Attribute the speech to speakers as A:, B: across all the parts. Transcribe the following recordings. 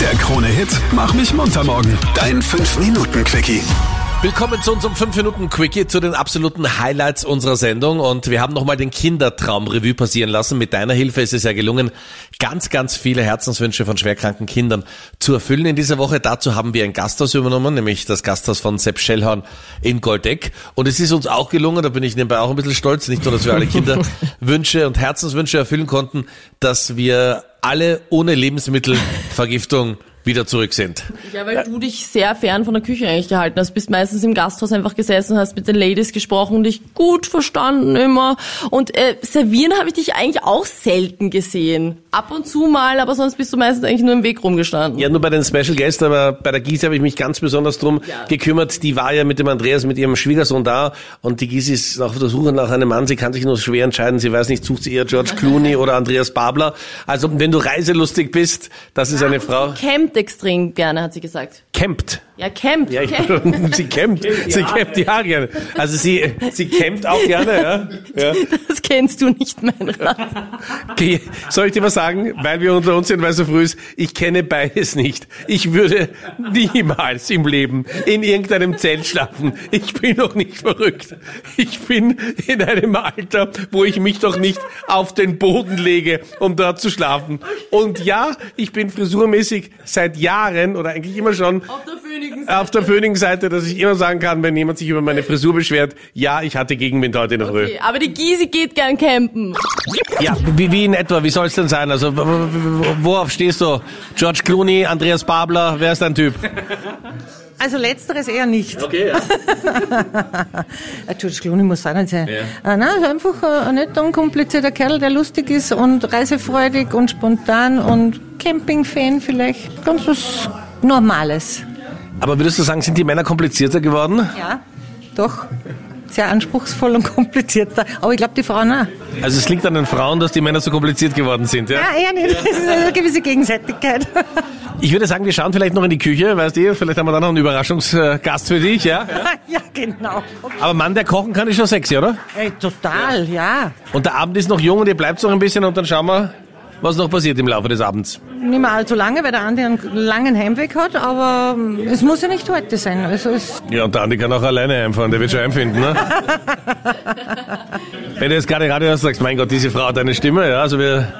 A: Der Krone-Hit Mach mich munter morgen. Dein 5-Minuten-Quickie.
B: Willkommen zu unserem 5-Minuten-Quickie, zu den absoluten Highlights unserer Sendung. Und wir haben nochmal den Kindertraum-Revue passieren lassen. Mit deiner Hilfe ist es ja gelungen, ganz, ganz viele Herzenswünsche von schwerkranken Kindern zu erfüllen in dieser Woche. Dazu haben wir ein Gasthaus übernommen, nämlich das Gasthaus von Sepp Schellhorn in Goldeck. Und es ist uns auch gelungen, da bin ich nebenbei auch ein bisschen stolz, nicht nur, dass wir alle Kinderwünsche und Herzenswünsche erfüllen konnten, dass wir alle ohne Lebensmittelvergiftung wieder zurück sind.
C: Ja, weil du dich sehr fern von der Küche eigentlich gehalten hast. Bist meistens im Gasthaus einfach gesessen, hast mit den Ladies gesprochen, dich gut verstanden immer. Und äh, servieren habe ich dich eigentlich auch selten gesehen. Ab und zu mal, aber sonst bist du meistens eigentlich nur im Weg rumgestanden.
B: Ja, nur bei den Special Guests, aber bei der Gisi habe ich mich ganz besonders drum
C: Ja.
B: gekümmert. Die war ja mit dem Andreas, mit ihrem Schwiegersohn da und die Gisi ist auf der Suche nach einem Mann. Sie kann sich nur schwer entscheiden. Sie weiß nicht, sucht sie eher George Clooney oder Andreas Babler. Also wenn du reiselustig bist, das ist eine Frau.
C: Campt extrem gerne, hat sie gesagt.
B: Campt.
C: Ja, campt.
B: Ja, ich,
C: campt.
B: sie kämpft. Sie kämpft die Haare gerne. Also sie, sie kämpft auch gerne, ja. ja.
C: Das kennst du nicht, mein Rat.
B: Okay, soll ich dir was sagen? Weil wir unter uns sind, weil es so früh ist. Ich kenne beides nicht. Ich würde niemals im Leben in irgendeinem Zelt schlafen. Ich bin noch nicht verrückt. Ich bin in einem Alter, wo ich mich doch nicht auf den Boden lege, um dort zu schlafen. Und ja, ich bin frisurmäßig seit Jahren oder eigentlich immer schon
C: Auf der Phönix.
B: auf der Föhning-Seite, dass ich immer sagen kann, wenn jemand sich über meine Frisur beschwert, ja, ich hatte Gegenwind heute in der Früh.
C: Okay, aber die Gysi geht gern campen.
B: Ja, wie, wie in etwa, wie soll's denn sein? Also, w- w- worauf stehst du? George Clooney, Andreas Babler, wer ist dein Typ?
D: Also letzteres eher nicht.
B: Okay, ja.
D: Äh, George Clooney muss auch nicht sein. Äh, nein, also einfach äh, ein netter, unkomplizierter Kerl, der lustig ist und reisefreudig und spontan und Camping-Fan vielleicht. Ganz was Normales.
B: Aber würdest du sagen, sind die Männer komplizierter geworden?
D: Ja, doch. Sehr anspruchsvoll und komplizierter. Aber ich glaube, die Frauen auch.
B: Also, es liegt an den Frauen, dass die Männer so kompliziert geworden sind, ja?
D: Ja, eher nicht. Das ist eine gewisse Gegenseitigkeit.
B: Ich würde sagen, wir schauen vielleicht noch in die Küche, weißt du, vielleicht haben wir da noch einen Überraschungsgast für dich, ja?
D: ja, genau.
B: Aber Mann, der kochen kann, ist schon sexy, oder?
D: Ey, total, ja.
B: Und der Abend ist noch jung und ihr bleibt noch ein bisschen und dann schauen wir, was noch passiert im Laufe des Abends.
D: Nicht mehr allzu lange, weil der Andi einen langen Heimweg hat, aber ähm, es muss ja nicht heute sein. Also es,
B: Ja, und der Andi kann auch alleine einfahren, der wird schon einfinden, ne? Wenn du jetzt gerade Radio hast, sagst, mein Gott, diese Frau hat eine Stimme, ja, also wir,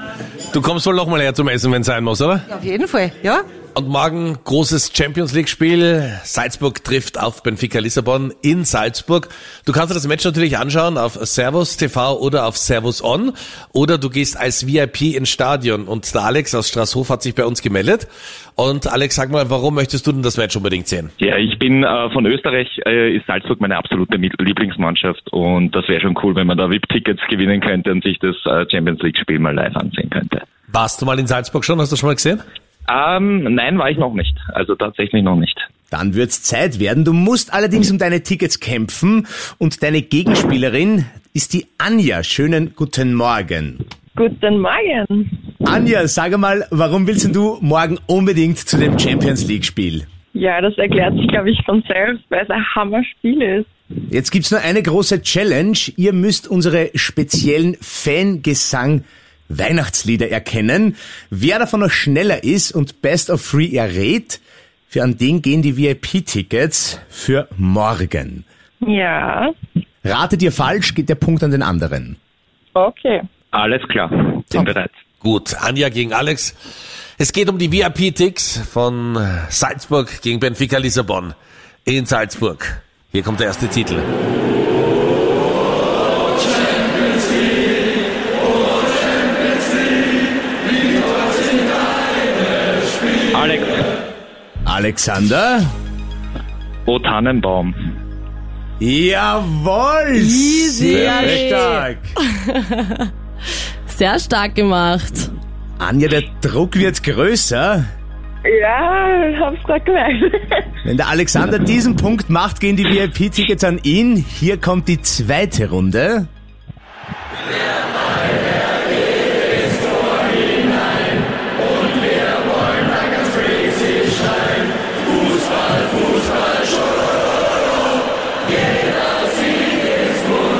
B: du kommst wohl nochmal her zum Essen, wenn es sein muss, oder?
D: auf jeden Fall, ja.
B: Und morgen großes Champions League Spiel. Salzburg trifft auf Benfica Lissabon in Salzburg. Du kannst dir das Match natürlich anschauen auf Servus TV oder auf Servus On oder du gehst als VIP ins Stadion und der Alex aus Straßhof hat sich bei uns gemeldet. Und Alex, sag mal, warum möchtest du denn das Match unbedingt sehen?
E: Ja, ich bin äh, von Österreich, äh, ist Salzburg meine absolute Mi- Lieblingsmannschaft und das wäre schon cool, wenn man da VIP-Tickets gewinnen könnte und sich das äh, Champions League-Spiel mal live ansehen könnte.
B: Warst du mal in Salzburg schon? Hast du das schon mal gesehen?
E: Ähm, nein, war ich noch nicht. Also tatsächlich noch nicht.
F: Dann wird's Zeit werden. Du musst allerdings um deine Tickets kämpfen und deine Gegenspielerin ist die Anja. Schönen guten Morgen.
G: Guten Morgen.
F: Anja, sag mal, warum willst denn du morgen unbedingt zu dem Champions League Spiel?
G: Ja, das erklärt sich, glaube ich, von selbst, weil es ein Hammerspiel ist.
F: Jetzt gibt's nur eine große Challenge. Ihr müsst unsere speziellen Fangesang Weihnachtslieder erkennen. Wer davon noch schneller ist und Best of Three errät, für an den gehen die VIP-Tickets für morgen.
G: Ja,
F: Ratet ihr falsch, geht der Punkt an den anderen.
G: okay.
E: Alles klar, bin bereit.
B: Gut, Anja gegen Alex. Es geht um die VIP-Ticks von Salzburg gegen Benfica Lissabon in Salzburg. Hier kommt der erste Titel.
E: Alex,
F: Alexander?
E: O Tannenbaum.
F: Jawohl! Sehr stark!
C: Sehr stark gemacht.
F: Anja, der Druck wird größer.
G: Ja, hab's grad gemerkt.
F: Wenn der Alexander diesen Punkt macht, gehen die VIP-Tickets an ihn. Hier kommt die zweite Runde.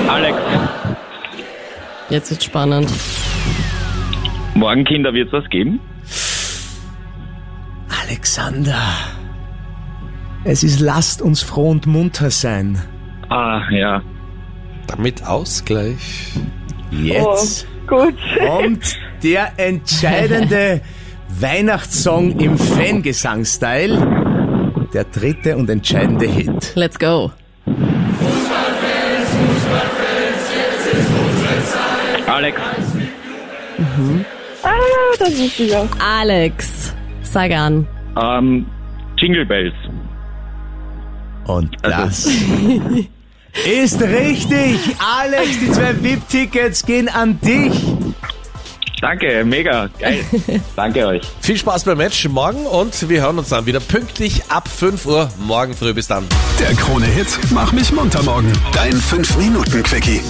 E: Alex,
C: Jetzt wird's spannend.
E: morgen Kinder wird's was geben?
F: Alexander, es ist lasst uns froh und munter sein.
E: Ah, ja.
B: Damit Ausgleich.
F: Jetzt
G: Oh, gut.
F: kommt der entscheidende Weihnachtssong im Fangesang-Style. Der dritte und entscheidende Hit.
C: Let's go.
E: Alex,
G: Ah, das ist ja.
C: Alex, sag an.
E: ähm, Jingle Bells.
F: Und das ist richtig. Alex, die zwei VIP-Tickets gehen an dich.
E: Danke, mega, geil. Danke euch.
B: Viel Spaß beim Match morgen und wir hören uns dann wieder pünktlich ab 5 Uhr morgen früh. Bis dann.
A: Der Krone-Hit Mach mich munter morgen. Dein 5-Minuten-Quickie.